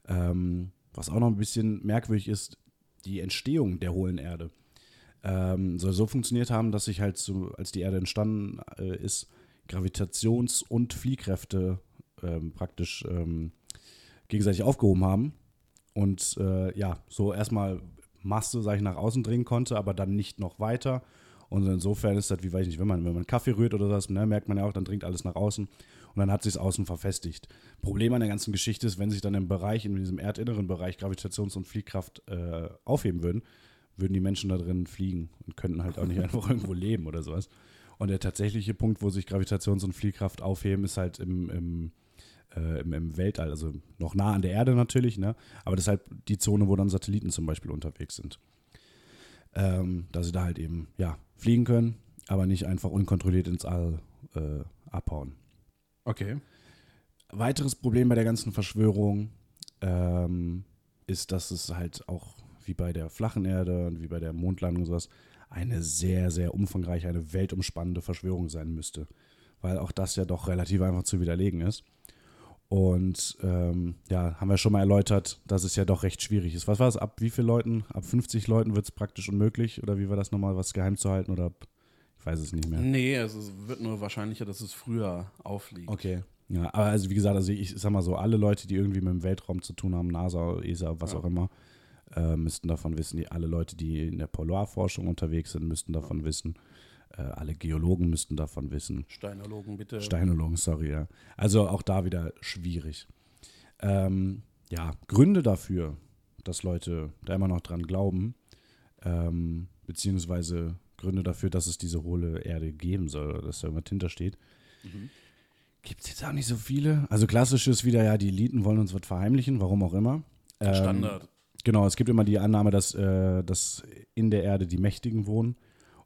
Ähm, was auch noch ein bisschen merkwürdig ist, die Entstehung der hohlen Erde. Ähm, soll so funktioniert haben, dass sich halt, so, als die Erde entstanden äh, ist, Gravitations- und Fliehkräfte ähm, praktisch ähm, gegenseitig aufgehoben haben. Und äh, ja, so erstmal Masse, sag ich, nach außen dringen konnte, aber dann nicht noch weiter. Und insofern ist das, wie weiß ich nicht, wenn man, wenn man Kaffee rührt oder das, ne, merkt man ja auch, dann dringt alles nach außen und dann hat sich außen verfestigt. Problem an der ganzen Geschichte ist, wenn sich dann im Bereich, in diesem erdinneren Bereich Gravitations- und Fliehkraft äh, aufheben würden, würden die Menschen da drin fliegen und könnten halt auch nicht einfach irgendwo leben oder sowas. Und der tatsächliche Punkt, wo sich Gravitations- und Fliehkraft aufheben, ist halt im, im, äh, im, im Weltall, also noch nah an der Erde natürlich, ne? aber das ist halt die Zone, wo dann Satelliten zum Beispiel unterwegs sind. Ähm, da sie da halt eben, ja, fliegen können, aber nicht einfach unkontrolliert ins All äh, abhauen. Okay. Weiteres Problem bei der ganzen Verschwörung ähm, ist, dass es halt auch wie bei der flachen Erde und wie bei der Mondlandung und sowas eine sehr, sehr umfangreiche, eine weltumspannende Verschwörung sein müsste. Weil auch das ja doch relativ einfach zu widerlegen ist. Und ähm, ja, haben wir schon mal erläutert, dass es ja doch recht schwierig ist. Was war es? Ab wie vielen Leuten? Ab 50 Leuten wird es praktisch unmöglich? Oder wie war das nochmal, was geheim zu halten? Oder ab, ich weiß es nicht mehr. Nee, also es wird nur wahrscheinlicher, dass es früher aufliegt. Okay. Ja, aber also wie gesagt, also ich sag mal so, alle Leute, die irgendwie mit dem Weltraum zu tun haben, NASA, ESA, was auch immer, äh, müssten davon wissen. Die, alle Leute, die in der Polarforschung unterwegs sind, müssten davon wissen. Äh, alle Geologen müssten davon wissen. Steinologen, bitte. Steinologen, sorry, ja. Also auch da wieder schwierig. Ähm, ja, Gründe dafür, dass Leute da immer noch dran glauben, ähm, beziehungsweise Gründe dafür, dass es diese hohle Erde geben soll, oder dass da irgendwas hintersteht. Mhm. Gibt es jetzt auch nicht so viele. Also klassisch ist wieder, ja, die Eliten wollen uns was verheimlichen, warum auch immer. Ähm, Standard. Genau, es gibt immer die Annahme, dass, äh, dass in der Erde die Mächtigen wohnen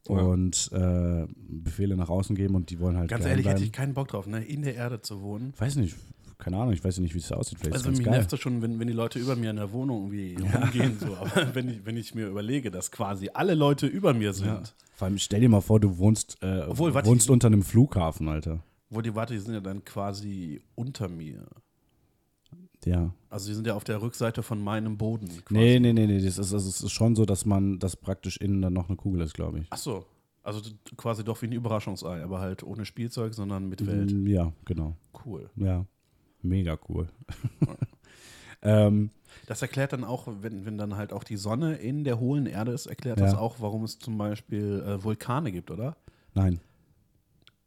und äh, Befehle nach außen geben und die wollen halt Ganz geheim ehrlich, bleiben. hätte ich keinen Bock drauf, ne? In der Erde zu wohnen. Weiß nicht, keine Ahnung, ich weiß ja nicht, wie es da aussieht. Vielleicht Also ist mich es ganz nervt geil. das schon, wenn, wenn die Leute über mir in der Wohnung irgendwie rumgehen. So. Aber wenn ich, wenn ich mir überlege, dass quasi alle Leute über mir sind. Vor allem stell dir mal vor, du wohnst, äh, Obwohl, warte, wohnst ich- unter einem Flughafen, Alter. Wo die, warte, die sind ja dann quasi unter mir. Ja. Also die sind ja auf der Rückseite von meinem Boden. Quasi. Nee, nee, nee, nee, das ist, also, es ist schon so, dass man das praktisch innen dann noch eine Kugel ist, glaube ich. Ach so. Also d- quasi doch wie ein Überraschungsei, aber halt ohne Spielzeug, sondern mit Welt. Mm, Ja, genau. Cool. Ja. Mega cool. ähm, Das erklärt dann auch, wenn, wenn dann halt auch die Sonne in der hohlen Erde ist, erklärt Ja. das auch, warum es zum Beispiel äh, Vulkane gibt, oder? nein.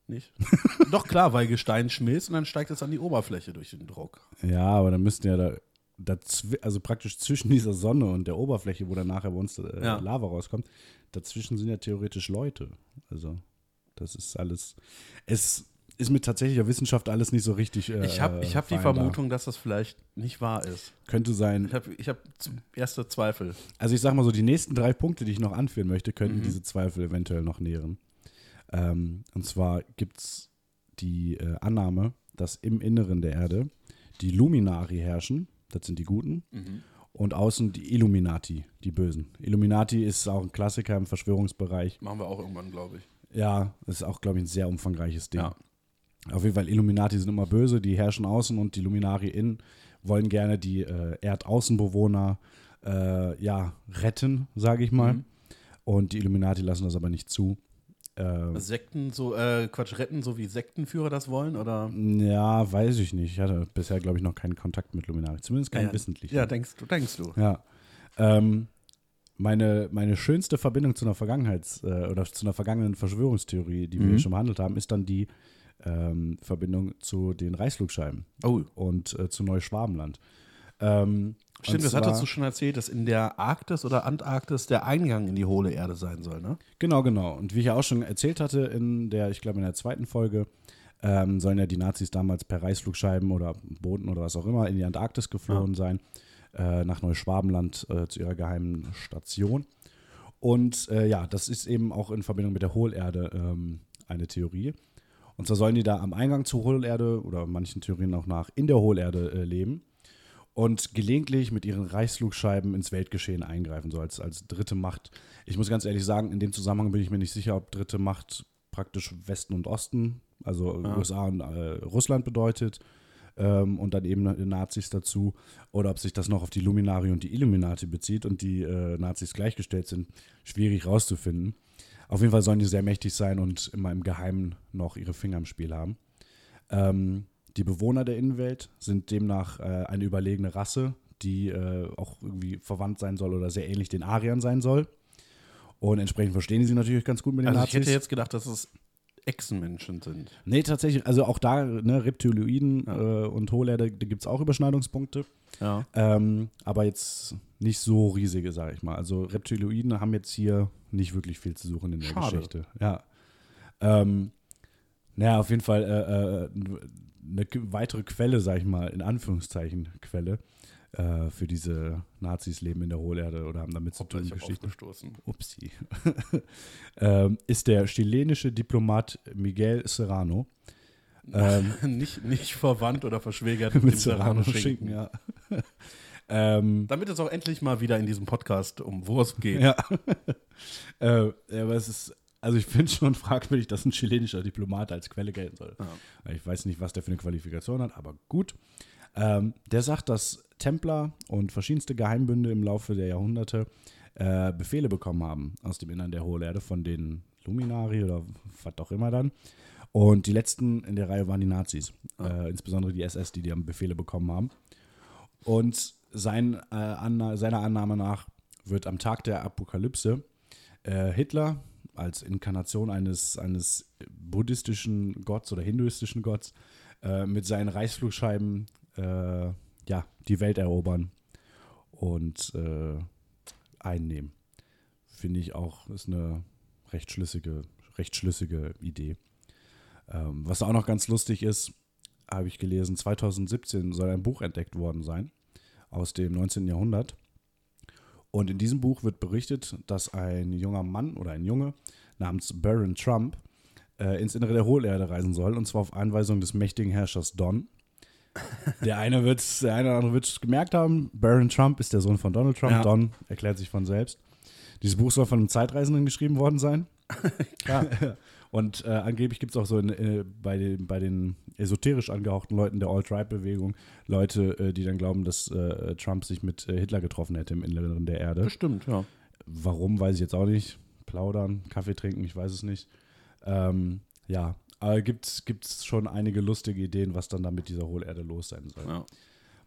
Nicht? Doch klar, weil Gestein schmilzt und dann steigt es an die Oberfläche durch den Druck. Ja, aber dann müssten ja da, dazw- also praktisch zwischen dieser Sonne und der Oberfläche, wo dann nachher bei uns äh, Ja. Lava rauskommt, dazwischen sind ja theoretisch Leute. Also, das ist alles. Es ist mit tatsächlicher Wissenschaft alles nicht so richtig. Äh, Ich habe ich hab die vereinbar. Vermutung, dass das vielleicht nicht wahr ist. Könnte sein. Ich habe ich hab zum- erste Zweifel. Also, ich sag mal so, die nächsten drei Punkte, die ich noch anführen möchte, könnten diese Zweifel eventuell noch nähren. Ähm, und zwar gibt es die äh, Annahme, dass im Inneren der Erde die Luminari herrschen. Das sind die Guten. Und außen die Illuminati, die Bösen. Illuminati ist auch ein Klassiker im Verschwörungsbereich. Machen wir auch irgendwann, glaube ich. Ja, das ist auch, glaube ich, ein sehr umfangreiches Ding. Ja. Auf jeden Fall, Illuminati sind immer böse, die herrschen außen und die Luminari innen wollen gerne die äh, Erdaußenbewohner äh, ja, retten, sage ich Mhm. mal. Und die Illuminati lassen das aber nicht zu. Äh, Sekten, so, äh, Quatsch, retten, so wie Sektenführer das wollen, oder? ja, weiß ich nicht. Ich hatte bisher, glaube ich, noch keinen Kontakt mit Illuminati. Zumindest keinen wissentlichen. Ja, denkst du, denkst du. Ja. Ähm, meine, meine schönste Verbindung zu einer Vergangenheits- äh, oder zu einer vergangenen Verschwörungstheorie, die wir Mhm. hier schon behandelt haben, ist dann die ähm, Verbindung zu den Reichsflugscheiben Oh. und äh, zu Neuschwabenland. Ähm, Stimmt, und das zwar- hattest du schon erzählt, dass in der Arktis oder Antarktis der Eingang in die hohle Erde sein soll, ne? Genau, genau. Und wie ich ja auch schon erzählt hatte in der, ich glaube in der zweiten Folge, ähm, sollen ja die Nazis damals per Reißflugscheiben oder Booten oder was auch immer in die Antarktis geflohen sein, äh, nach Neuschwabenland äh, zu ihrer geheimen Station. Und äh, ja, das ist eben auch in Verbindung mit der Hohlerde ähm, eine Theorie. Und zwar sollen die da am Eingang zur Hohlerde oder manchen Theorien auch nach in der Hohlerde äh, leben und gelegentlich mit ihren Reichsflugscheiben ins Weltgeschehen eingreifen, so als, als dritte Macht. Ich muss ganz ehrlich sagen, in dem Zusammenhang bin ich mir nicht sicher, ob dritte Macht praktisch Westen und Osten, also USA und äh, Russland bedeutet ähm, und dann eben Nazis dazu, oder ob sich das noch auf die Luminari und die Illuminati bezieht und die äh, Nazis gleichgestellt sind, schwierig rauszufinden. Auf jeden Fall sollen die sehr mächtig sein und immer im Geheimen noch ihre Finger im Spiel haben. Ähm, die Bewohner der Innenwelt sind demnach äh, eine überlegene Rasse, die äh, auch irgendwie verwandt sein soll oder sehr ähnlich den Ariern sein soll. Und entsprechend verstehen die sie natürlich ganz gut mit den Also ich Nazis. hätte jetzt gedacht, dass es Echsenmenschen sind. nee, tatsächlich, also auch da, ne, Reptiloiden äh, und Hohler, da, da gibt es auch Überschneidungspunkte. Ja. Ähm, aber jetzt nicht so riesige, sage ich mal. Also Reptiloiden haben jetzt hier nicht wirklich viel zu suchen in der Schade. Geschichte. Ja. Ähm, naja, auf jeden Fall äh, äh, eine k- weitere Quelle, sage ich mal, in Anführungszeichen Quelle äh, für diese Nazis leben in der Hohlerde oder haben damit zu tun. Ich habe Geschichten. aufgestoßen. Upsi. ähm, ist der chilenische Diplomat Miguel Serrano. Ähm, nicht, nicht verwandt oder verschwägert mit Serrano Schinken, ja. ähm, Damit es auch endlich mal wieder in diesem Podcast um Wurst geht. Ja. äh, ja, aber es ist, also ich finde schon fragwürdig, dass ein chilenischer Diplomat als Quelle gelten soll. Ich weiß nicht, was der für eine Qualifikation hat, aber gut. Ähm, der sagt, dass Templer und verschiedenste Geheimbünde im Laufe der Jahrhunderte äh, Befehle bekommen haben aus dem Innern der Hohlerde von den Luminari oder was auch immer dann. Und die letzten in der Reihe waren die Nazis, äh, insbesondere die SS, die die Befehle bekommen haben. Und sein, äh, Anna seiner Annahme nach wird am Tag der Apokalypse äh, Hitler als Inkarnation eines, eines buddhistischen Gotts oder hinduistischen Gotts äh, mit seinen Reißflugscheiben äh, ja, die Welt erobern und äh, einnehmen. Finde ich auch, ist eine recht schlüssige, recht schlüssige Idee. Ähm, was auch noch ganz lustig ist, habe ich gelesen, 2017 soll ein Buch entdeckt worden sein aus dem 19. Jahrhundert. Und in diesem Buch wird berichtet, dass ein junger Mann oder ein Junge namens Baron Trump äh, ins Innere der Hohlerde reisen soll, und zwar auf Anweisung des mächtigen Herrschers Don. Der eine, wird's, der eine oder andere wird es gemerkt haben, Baron Trump ist der Sohn von Donald Trump. Ja. Don erklärt sich von selbst. Dieses Buch soll von einem Zeitreisenden geschrieben worden sein. Und äh, angeblich gibt es auch so in, äh, bei, den, bei den esoterisch angehauchten Leuten der Alt-Right-Bewegung Leute, äh, die dann glauben, dass äh, Trump sich mit äh, Hitler getroffen hätte im Inneren der Erde. Bestimmt, ja. Warum, weiß ich jetzt auch nicht. Plaudern, Kaffee trinken, ich weiß es nicht. Ähm, ja, aber gibt es schon einige lustige Ideen, was dann da mit dieser Hohlerde los sein soll. Ja.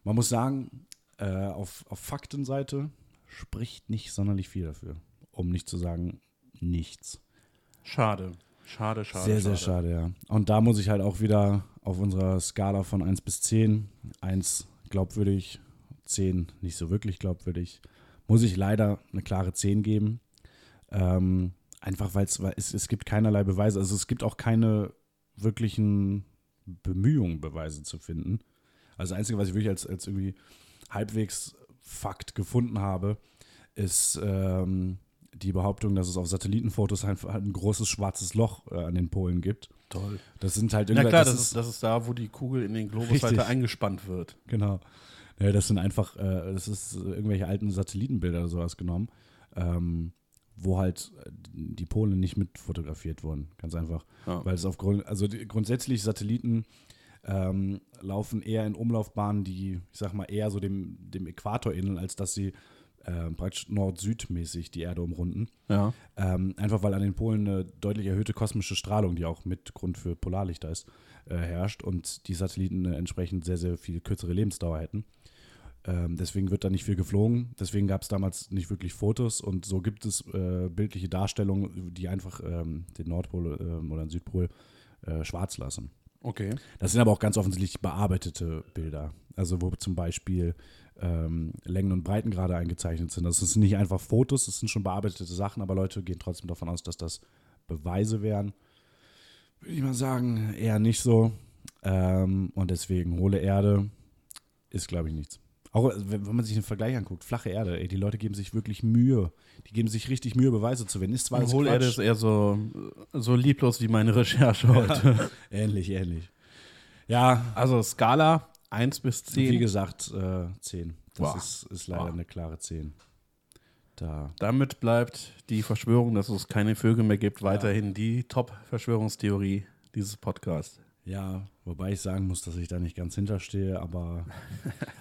Man muss sagen, äh, auf, auf Faktenseite spricht nicht sonderlich viel dafür. Um nicht zu sagen, nichts. Schade. Schade, schade. sehr, sehr schade, ja. Und da muss ich halt auch wieder auf unserer Skala von 1 bis 10, 1 glaubwürdig, 10 nicht so wirklich glaubwürdig, muss ich leider eine klare 10 geben. Ähm, einfach weil's- weil es, es gibt keinerlei Beweise, also es gibt auch keine wirklichen Bemühungen, Beweise zu finden. Also das Einzige, was ich wirklich als, als irgendwie halbwegs Fakt gefunden habe, ist ähm, die Behauptung, dass es auf Satellitenfotos ein, ein großes schwarzes Loch äh, an den Polen gibt. Toll. Das sind halt Na irgendwelche. klar, das, ist, das ist da, wo die Kugel in den Globus Richtig. weiter eingespannt wird. genau. Ja, das sind einfach, äh, das ist irgendwelche alten Satellitenbilder oder sowas genommen, ähm, wo halt äh, die Polen nicht mit fotografiert wurden. Ganz einfach. Ja. Weil es aufgrund, also die, grundsätzlich Satelliten ähm, laufen eher in Umlaufbahnen, die, ich sag mal, eher so dem, dem Äquator ähneln, als dass sie äh, praktisch Nord-Süd-mäßig die Erde umrunden. Ja. Ähm, einfach weil an den Polen eine deutlich erhöhte kosmische Strahlung, die auch mit Grund für Polarlichter ist, äh, herrscht und die Satelliten äh, entsprechend sehr, sehr viel kürzere Lebensdauer hätten. Ähm, deswegen wird da nicht viel geflogen, deswegen gab es damals nicht wirklich Fotos und so gibt es äh, bildliche Darstellungen, die einfach ähm, den Nordpol ähm, oder den Südpol äh, schwarz lassen. Okay. Das sind aber auch ganz offensichtlich bearbeitete Bilder. Also wo zum Beispiel ähm, Längen und Breitengrade eingezeichnet sind. Das sind nicht einfach Fotos, das sind schon bearbeitete Sachen, aber Leute gehen trotzdem davon aus, dass das Beweise wären. Würde ich mal sagen, eher nicht so. Ähm, und deswegen hohle Erde ist, glaube ich, nichts. Auch äh, wenn wenn man sich den Vergleich anguckt, flache Erde, ey, die Leute geben sich wirklich Mühe. Die geben sich richtig Mühe, Beweise zu finden. Ist zwar alles Obwohl er Quatsch, ist eher so, so lieblos wie meine Recherche heute. Ähnlich, ähnlich. Ja, Also Skala 1 bis Wie 10. gesagt, äh, 10. Das Boah. ist, ist leider Boah. eine klare 10. Da. Damit bleibt die Verschwörung, dass es keine Vögel mehr gibt, weiterhin die Top-Verschwörungstheorie dieses Podcasts. Ja, wobei ich sagen muss, dass ich da nicht ganz hinterstehe, aber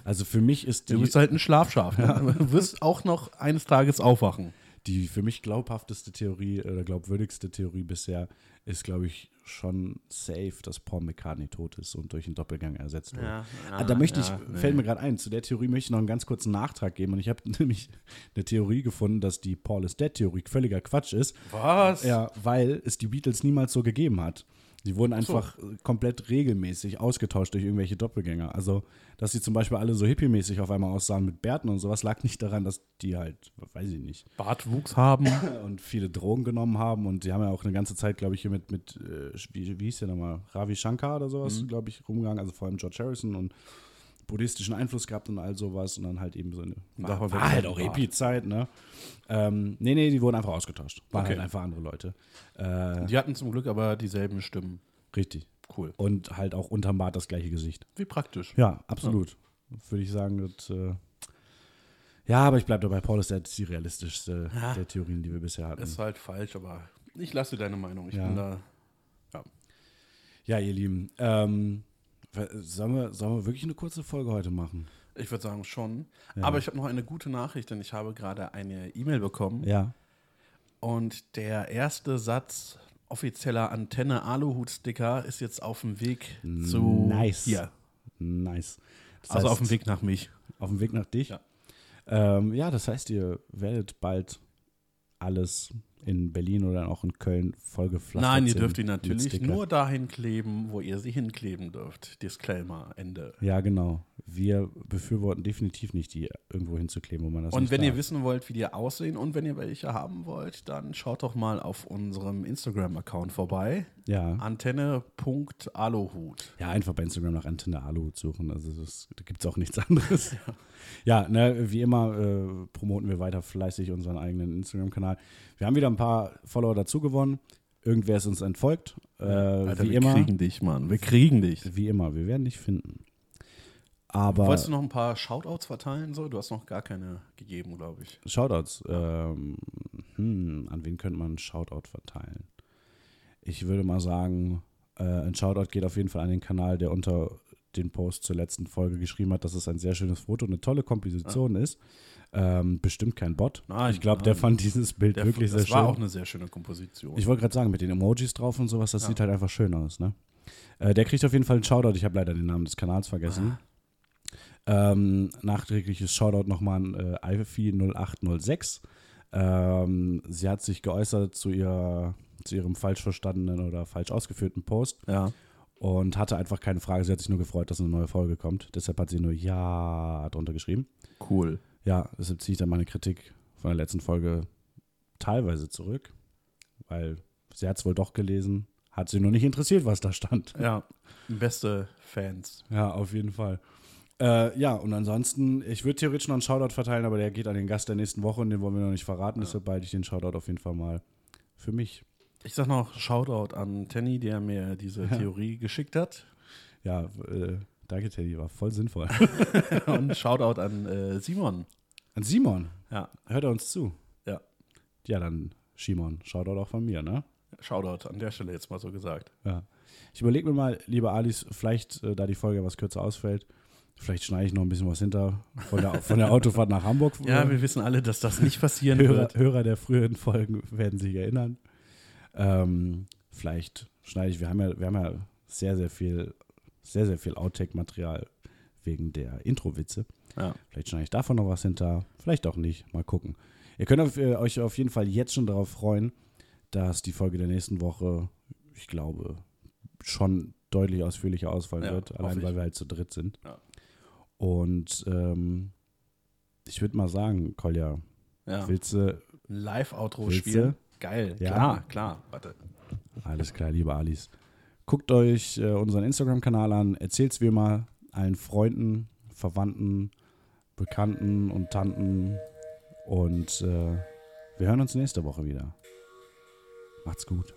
also für mich ist Du die, bist halt ein Schlafschaf. Ne? Du wirst auch noch eines Tages aufwachen. die für mich glaubhafteste Theorie oder glaubwürdigste Theorie bisher ist, glaube ich, schon safe, dass Paul McCartney tot ist und durch einen Doppelgang ersetzt wurde. Ah, da möchte ich, fällt mir gerade ein, zu der Theorie möchte ich noch einen ganz kurzen Nachtrag geben und ich habe nämlich eine Theorie gefunden, dass die Paul is dead Theorie völliger Quatsch ist, Was? Ja, weil es die Beatles niemals so gegeben hat. Die wurden einfach äh, komplett regelmäßig ausgetauscht durch irgendwelche Doppelgänger. Also, dass sie zum Beispiel alle so hippiemäßig auf einmal aussahen mit Bärten und sowas, lag nicht daran, dass die halt, weiß ich nicht, Bartwuchs haben. und viele Drogen genommen haben. Und die haben ja auch eine ganze Zeit, glaube ich, hier mit, mit äh, wie, wie hieß der nochmal, Ravi Shankar oder sowas, glaube ich, rumgegangen. Also vor allem George Harrison und buddhistischen Einfluss gehabt und all sowas. Und dann halt eben so eine. War- war halt auch Hippie-Zeit, ne? Ähm, nee, nee, die wurden einfach ausgetauscht. Waren Okay. halt einfach andere Leute. Äh, Die hatten zum Glück aber dieselben Stimmen. Richtig. Cool. Und halt auch unterm Bart das gleiche Gesicht. Wie praktisch. Ja, absolut. Würde ich sagen, das, äh ja, aber ich bleibe dabei. Paul ist jetzt die realistischste der Theorien, die wir bisher hatten. Ist halt falsch, aber ich lasse deine Meinung. Ich Ja. bin da. Ja, ihr Lieben, ähm, w- sollen, wir, sollen wir wirklich eine kurze Folge heute machen? Ich würde sagen schon. Aber ich habe noch eine gute Nachricht, denn ich habe gerade eine E-Mail bekommen. Ja. Und der erste Satz offizieller Antenne Aluhut-Sticker ist jetzt auf dem Weg zu Nice. hier. Nice. Das also heißt, auf dem Weg nach mich. Auf dem Weg nach dich? Ja. Ähm, ja, das heißt, ihr werdet bald alles in Berlin oder auch in Köln vollgepflastert Nein, ihr sehen dürft die mit natürlich Sticker. nur dahin kleben, wo ihr sie hinkleben dürft. Disclaimer, Ende. Ja, genau. Wir befürworten definitiv nicht, die irgendwo hinzukleben, wo man das Und nicht wenn darf. ihr wissen wollt, wie die aussehen und wenn ihr welche haben wollt, dann schaut doch mal auf unserem Instagram-Account vorbei. Ja. Antenne.aluhut. Ja, einfach bei Instagram nach Antenne Aluhut suchen. Also das, da gibt es auch nichts anderes. ja, ne, wie immer äh, promoten wir weiter fleißig unseren eigenen Instagram-Kanal. Wir haben wieder ein paar Follower dazu gewonnen. Irgendwer ist uns entfolgt. Äh, Alter, wie wir immer. kriegen dich, Mann. Wir kriegen dich. Wie immer, wir werden dich finden. Aber Wolltest du noch ein paar Shoutouts verteilen? So? Du hast noch gar keine gegeben, glaube ich. Shoutouts. Ähm, hm, an wen könnte man einen Shoutout verteilen? Ich würde mal sagen, äh, ein Shoutout geht auf jeden Fall an den Kanal, der unter den Post zur letzten Folge geschrieben hat, dass es ein sehr schönes Foto, eine tolle Komposition ist. Ähm, bestimmt kein Bot. Ah. Nein, ich glaube, der nein. fand dieses Bild Der- wirklich das sehr war schön. auch eine sehr schöne Komposition. Ich wollte gerade sagen, mit den Emojis drauf und sowas, das sieht halt einfach schön aus, ne? Äh, der kriegt auf jeden Fall einen Shoutout. Ich habe leider den Namen des Kanals vergessen. Ähm, nachträgliches Shoutout nochmal an äh, Ivy0806. Ähm, sie hat sich geäußert zu, ihrer, zu ihrem falsch verstandenen oder falsch ausgeführten Post ja. und hatte einfach keine Frage. Sie hat sich nur gefreut, dass eine neue Folge kommt. Deshalb hat sie nur Ja drunter geschrieben. Cool. Ja, deshalb ziehe ich dann meine Kritik von der letzten Folge teilweise zurück, weil sie hat es wohl doch gelesen, hat sie nur nicht interessiert, was da stand. Ja. Beste Fans. Ja, auf jeden Fall. Äh, ja, und ansonsten, ich würde theoretisch noch einen Shoutout verteilen, aber der geht an den Gast der nächsten Woche und den wollen wir noch nicht verraten, deshalb behalte ich den Shoutout auf jeden Fall mal für mich. Ich sag noch Shoutout an Tenny, der mir diese Theorie geschickt hat. Ja, äh, danke Teddy, war voll sinnvoll. Und Shoutout an äh, Simon. An Simon, Ja. hört er uns zu? Ja. Ja, dann Simon, Shoutout auch von mir, ne? Shoutout an der Stelle jetzt mal so gesagt. Ja. Ich überlege mir mal, liebe Alice, vielleicht, äh, da die Folge was kürzer ausfällt, Vielleicht schneide ich noch ein bisschen was hinter von der, von der Autofahrt nach Hamburg. ne? Ja, wir wissen alle, dass das nicht passieren Hörer, wird. Hörer der früheren Folgen werden sich erinnern. Ähm, vielleicht schneide ich, wir haben ja, wir haben ja sehr, sehr viel, sehr, sehr viel Outtake-Material wegen der Intro-Witze. Ja. Vielleicht schneide ich davon noch was hinter, vielleicht auch nicht. Mal gucken. Ihr könnt auf, äh, euch auf jeden Fall jetzt schon darauf freuen, dass die Folge der nächsten Woche, ich glaube, schon deutlich ausführlicher ausfallen Ja, wird, hoffe allein ich. weil wir halt zu dritt sind. Ja. Und ähm, ich würde mal sagen, Kolja, Ja. willst du Ein Live-Outro Willst spielen. du? Geil, Ja. klar, klar. Warte. Alles klar, liebe Alis. Guckt euch äh, unseren Instagram-Kanal an, erzählt's wir mal allen Freunden, Verwandten, Bekannten und Tanten. Und äh, wir hören uns nächste Woche wieder. Macht's gut.